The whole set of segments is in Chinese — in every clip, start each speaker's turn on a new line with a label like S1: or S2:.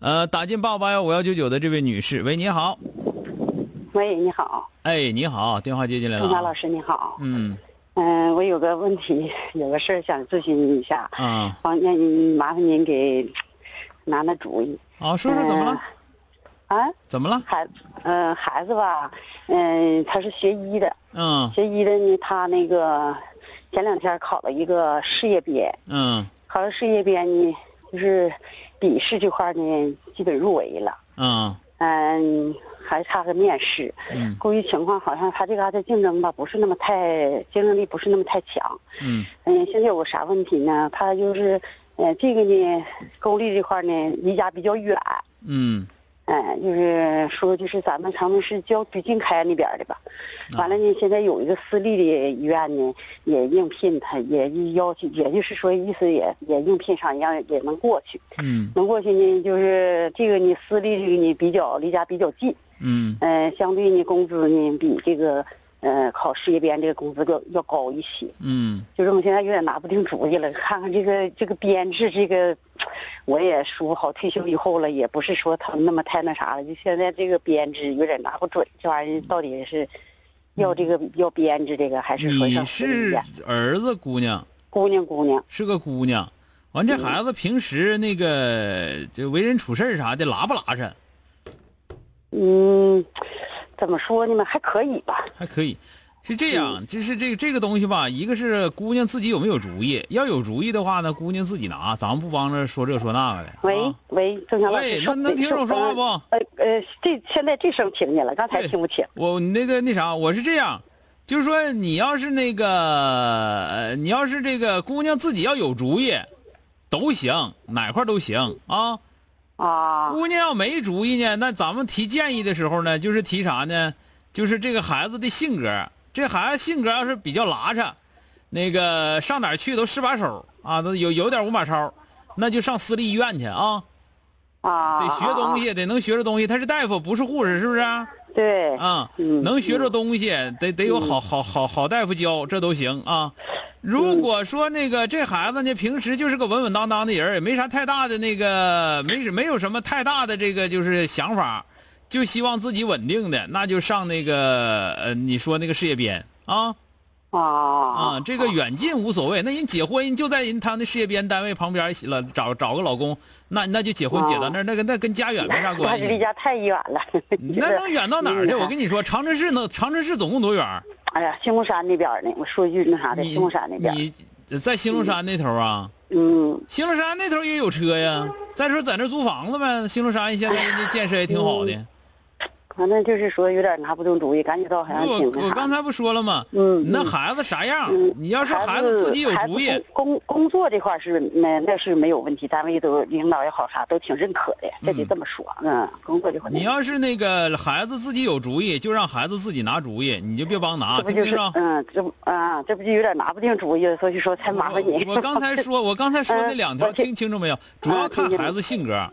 S1: 呃，打进八五八幺五幺九九的这位女士，喂，你好，
S2: 喂，你好，
S1: 哎，你好，电话接进来
S2: 钟
S1: 了
S2: 佳
S1: 啊，
S2: 老师，你好。
S1: 嗯
S2: 嗯、我有个问题， 有个事儿想咨询您一下，
S1: 啊
S2: 方便您麻烦您给拿拿主意。
S1: 啊，说说怎么了？
S2: 呃？啊，
S1: 怎么了？
S2: 孩，嗯、孩子吧，嗯、他是学医的，
S1: 嗯
S2: 学医的呢，他那个前两天考了一个事业编，
S1: 嗯
S2: 考了事业编呢，就是笔试这块儿呢，基本入围了，
S1: 嗯
S2: 嗯、还差个面试。
S1: 嗯
S2: 估计情况好像他这嘎达竞争吧，不是那么太竞争力不是那么太强。
S1: 嗯
S2: 嗯，现在有个啥问题呢？他就是，呃，这个呢，沟里这块呢离家比较远，
S1: 嗯
S2: 嗯、就是说就是咱们长春市郊区经开那边的吧。完了呢，现在有一个私立的医院呢，也应聘他，也要求，也就是说意思也也应聘上，让也能过去。
S1: 嗯
S2: 能过去呢，就是这个呢，私立这个呢比较离家比较近。
S1: 嗯
S2: 呃，相对呢，工资呢比这个呃考事业编这个工资要要高一些。
S1: 嗯
S2: 就是我现在有点拿不定主意了，看看这个这个编制这个，我也说不好。退休以后了，也不是说他那么太那啥了，就现在这个编制有点拿不准，这玩意儿到底是要这个、要编制这个，还是说
S1: 嗯你
S2: 上私立
S1: 是
S2: 呀
S1: 儿子姑娘。
S2: 姑娘姑娘，
S1: 是个姑娘，完这孩子平时那个就为人处事儿啥的拉不拉碴，
S2: 嗯，怎么说呢嘛，还可以吧。
S1: 还可以。是这样，就是这个这个东西吧，一个是姑娘自己有没有主意，要有主意的话呢，姑娘自己拿，咱们不帮着说这说那个的。
S2: 喂、
S1: 啊
S2: 喂，郑强老师
S1: 喂，
S2: 是
S1: 能能听着我说话不？
S2: 呃呃，这现在这声听见了，刚才
S1: 对
S2: 听不清。
S1: 我那个那啥，我是这样，就是说你要是那个，呃你要是这个姑娘自己要有主意，都行，哪块儿都行啊。
S2: 啊，
S1: 姑娘要没主意呢，那咱们提建议的时候呢，就是提啥呢？就是这个孩子的性格，这孩子性格要是比较拉扯，那个上哪儿去都十把手啊，都有有点五马超，那就上私立医院去啊，
S2: 啊，
S1: 得学东
S2: 啊。
S1: 西，得能学着东西。他是大夫，不是护士，是不是啊？
S2: 对，
S1: 啊
S2: 嗯
S1: 能学着东西，得得有好好好好大夫教，这都行啊。
S2: 嗯
S1: 如果说那个这孩子呢，平时就是个稳稳当当的人儿，也没啥太大的那个，没什没有什么太大的这个就是想法，就希望自己稳定的，那就上那个呃，你说那个事业编啊
S2: 啊
S1: 啊，这个远近无所谓。那人结婚人就在人他那事业编单位旁边儿了，找找个老公，那那就结婚结到那儿，那个那跟家远没啥
S2: 啊那
S1: 关系。
S2: 啊离家太远了。
S1: 嗯那能远到哪儿去？我跟
S2: 你，
S1: 你说，长春市能长春市总共多远儿？
S2: 哎呀，兴隆山那边呢，我说一句那啥的，
S1: 你
S2: 兴隆山那边，
S1: 你在兴隆山那头啊？
S2: 嗯，
S1: 兴隆山那头也有车呀。再说在那儿租房子呗，兴隆山现在人家建设也挺
S2: 嗯
S1: 好的。
S2: 反正就是说有点拿不定主意，感觉到好像
S1: 我
S2: 挺那
S1: 我
S2: 啥
S1: 刚
S2: 的。
S1: 才不说了吗？
S2: 嗯
S1: 那
S2: 嗯
S1: 孩子啥样？
S2: 嗯，
S1: 你要是
S2: 孩
S1: 孩子自己有主意
S2: 孩，子工工工作这块是那那是没有问题，单位都领导也好啥都挺认可的，这得这么说，嗯，工作这块。
S1: 你要是那个孩子自己有主意，就让孩子自己拿主意，你就别帮拿，
S2: 这不
S1: 听没
S2: 就是
S1: 听着？
S2: 嗯，这不啊，这不就有点拿不定主意了，所以说才麻烦你。
S1: 我我刚才说，我刚才说那两条，
S2: 嗯我听
S1: 听清楚没有？主要
S2: 嗯听
S1: 看
S2: 清
S1: 孩
S2: 楚
S1: 子性格。
S2: 嗯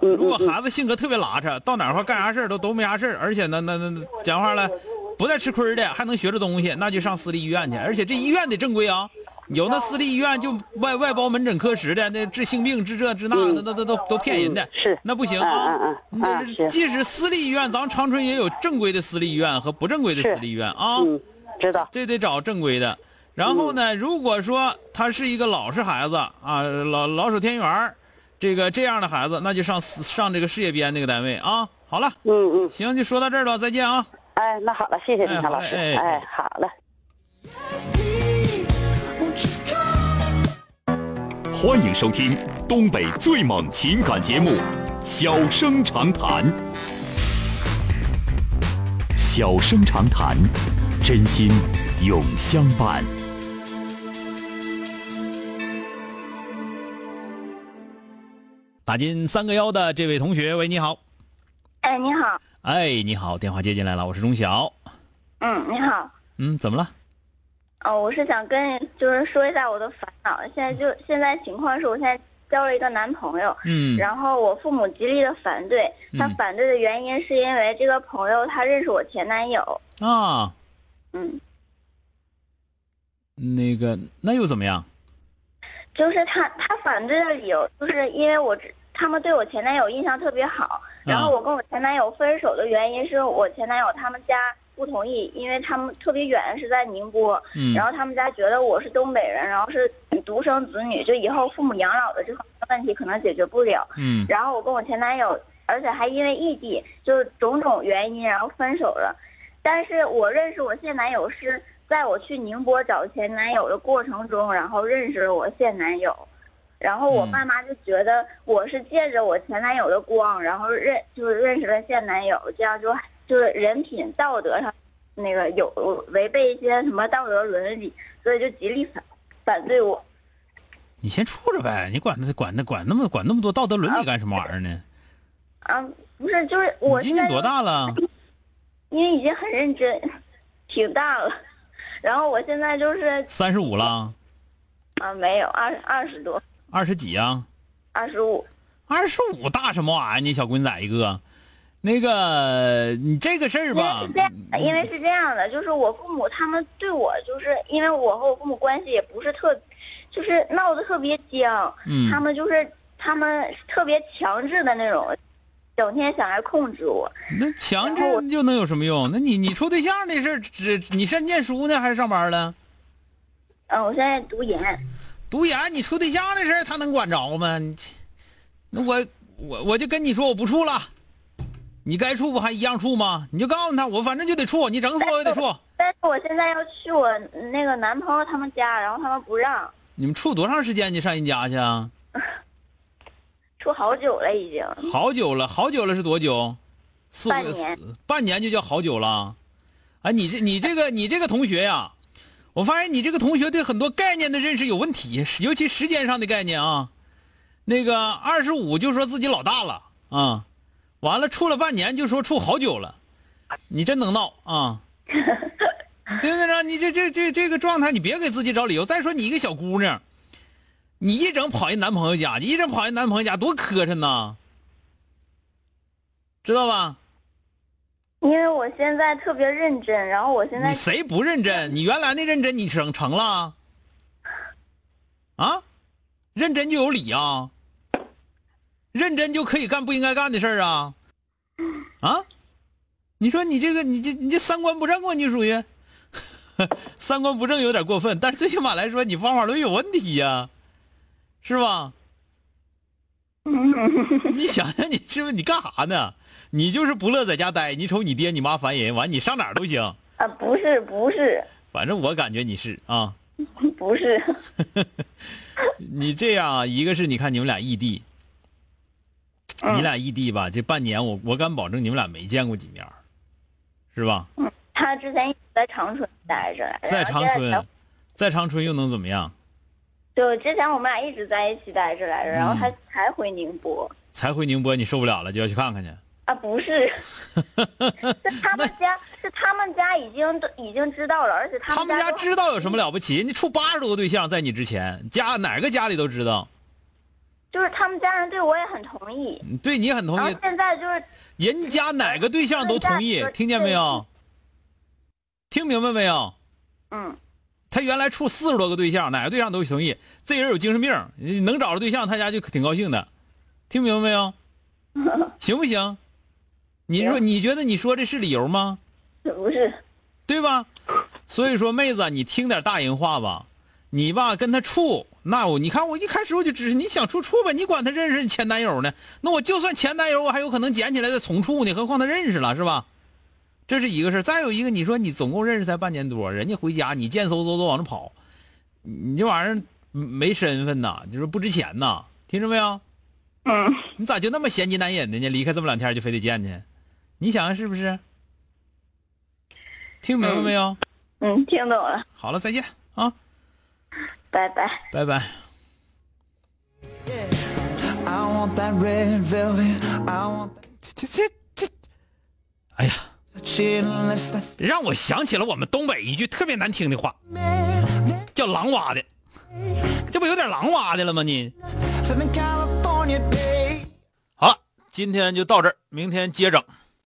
S1: 如果
S2: 嗯嗯
S1: 孩子性格特别拉扯，到哪儿块干啥事儿都都没啥事儿，而且呢，那那那讲话了，不带吃亏的，还能学着东西，那就上私立医院去。而且这医院得正规啊，有那私立医院就外外包门诊科室的，那治性病、治这治那的，那那都都骗人的，
S2: 是
S1: 那不行
S2: 嗯
S1: 啊。
S2: 嗯嗯
S1: 那
S2: 嗯是
S1: 即使私立医院，咱们长春也有正规的私立医院和不正规的私
S2: 是
S1: 立医院啊。
S2: 嗯，知道。
S1: 这得找正规的。
S2: 嗯
S1: 然后呢，如果说他是一个老实孩子啊，老老守天园儿这个这样的孩子，那就上私上这个事业编那个单位啊。好了，
S3: 嗯嗯，
S1: 行，就说到这儿了，再见啊。
S3: 哎，那好了，谢谢陈强老师，
S1: 哎
S3: 哎
S1: 好嘞哎
S3: 好了。
S4: 欢迎收听东北最猛情感节目《小生长谈》。小生长谈，真心永相伴。
S1: 打进三个幺的这位同学，喂，你好。
S2: 哎，你好，
S1: 哎，你好，电话接进来了，我是钟晓。
S2: 嗯，你好，
S1: 嗯，怎么了？
S2: 哦，我是想跟就是说一下我的烦恼。现在就现在情况是我现在交了一个男朋友，
S1: 嗯
S2: 然后我父母极力的反对，他
S1: 嗯
S2: 反对的原因是因为这个朋友他认识我前男友，
S1: 啊，
S2: 嗯，
S1: 那个，那又怎么样？
S2: 就是他他反对的理由就是因为我只他们对我前男友印象特别好，然后
S1: 啊
S2: 我跟我前男友分手的原因是我前男友他们家不同意，因为他们特别远是啊在宁波，
S1: 嗯
S2: 然后他们家觉得我是东北人，然后是独生子女，就以后父母养老的这方面问题可能解决不了。
S1: 嗯
S2: 然后我跟我前男友，而且还因为异地，就是种种原因，然后分手了。但是我认识我现男友是在我去宁波找前男友的过程中，然后认识了我现男友。然后我
S1: 嗯
S2: 爸妈就觉得我是借着我前男友的光，然后认就是认识了现男友，这样就就是人品道德上那个有违背一些什么道德伦理，所以就极力反反对我。
S1: 你先处着呗，你管那管那管那么管那么多道德伦理干什么玩意儿呢？
S2: 啊，不是，就是我
S1: 你
S2: 现
S1: 今
S2: 在
S1: 年多
S2: 就
S1: 大了？
S2: 因为已经很认真， 挺大了。然后我现在就是
S1: 三十五了，
S2: 啊，没有二二十多，
S1: 二十几呀？
S2: 二十五。
S1: 二十五大什么玩意儿？你小滚崽一个！那个，你这个事儿
S2: 因为
S1: 吧
S2: 是，这样的，因为是这样的，就是我父母他们对我，就是因为我和我父母关系也不是特，就是闹得特别僵，
S1: 嗯
S2: 他们就是他们特别强制的那种，整天想来控制我。
S1: 嗯那强制
S2: 然后我
S1: 又能有什么用？那你你处对象那事儿，只你是念书呢还是上班了？
S2: 嗯，我现在读研，
S1: 读研你处对象的事儿，他能管着吗？你那我我我就跟你说，我不处了。你该处不还一样处吗？你就告诉他，我反正就得处，你整死我也得处。
S2: 但是我现在要去我那个男朋友他们家，然后他们不让，
S1: 你们处多长时间？你上人家去啊？
S2: 处好久了已经。
S1: 好久了，好久了是多久？四五
S2: 半
S1: 个
S2: 年
S1: 四半年就叫好久了。哎，你这你这个你这个同学呀，我发现你这个同学对很多概念的认识有问题，尤其时间上的概念啊。那个二十五就说自己老大了啊，完了处了半年就说处好久了，你真能闹啊！对不对啊？你这这这这个状态，你别给自己找理由。再说你一个小姑娘，你一整跑人男朋友家，你一整跑人男朋友家，多磕碜呐！知道吧？
S2: 因为我现在特别认真，然后我现在
S1: 你谁不认真？你原来那认真你整成了？啊？认真就有理啊？认真就可以干不应该干的事儿啊？啊？你说你这个你这你这三观不正啊？你属于三观不正有点过分，但是最起码来说你方法论有问题呀、是吧？ 你想想你是不是你干啥呢？你就是不乐在家待，你瞅你爹你妈烦人，完你上哪儿都行。
S2: 啊，不是不是
S1: 反正我感觉你是啊，
S2: 不是，
S1: 你这样啊，一个是你看你们俩异地，你俩异地吧，这半年我我敢保证你们俩没见过几面儿，是吧？
S2: 他之前一直在长春待着，
S1: 在
S2: 然后
S1: 长
S2: 现在
S1: 春，在长春又能怎么样？
S2: 就之前我们俩一直在一起待着
S1: 嗯
S2: 来着，然后他才回宁波
S1: 才回宁波你受不了了就要去看看去，
S2: 啊，不是，是他们家是他们家已经都已经知道了，而且
S1: 他们
S2: 们
S1: 家
S2: 都
S1: 知道有什么了不起？你处八十多个对象，在你之前，家哪个家里都知道，
S2: 就是他们家人对我也很同意，
S1: 对你很
S2: 然
S1: 同
S2: 后
S1: 意，
S2: 现在就是
S1: 人家哪个对象都同意
S2: 现在，就是
S1: 听见没 有？听明白没有？
S2: 嗯
S1: 他原来处四十多个对象，哪个对象都同意。这人有精神病，你能找着对象，他家就挺高兴的。听明白没有？行不行？你说你觉得你说这是理由吗？
S2: 不是
S1: 啊对吧？所以说，妹子，你听点大人话吧。你吧跟他处，那我你看我一开始我就支持你想处处呗，你管他认识你前男友呢？那我就算前男友，我还有可能捡起来再重处呢，何况他认识了是吧？这是一个事儿再有一个，你说你总共认识才半年多，人家回家你贱嗖嗖的往那跑，你你这玩意儿没身份呐，就是不值钱呐，听着没有？
S2: 嗯，
S1: 你咋就那么嫌弃难忍的呢？离开这么两天就非得见去，你想想是不是？听明白没有？
S2: 嗯，听懂了，
S1: 好了，再见啊，
S2: 拜拜。
S1: 拜拜。
S5: I want that red velvet. I want that
S1: 这这这，哎呀，
S5: chill list that's
S1: 让我想起了我们东北一句特别难听的话，叫“狼挖的”，这不有点狼挖的了吗你？
S5: Southern California day.
S1: 好了，今天就到这儿，明天接整。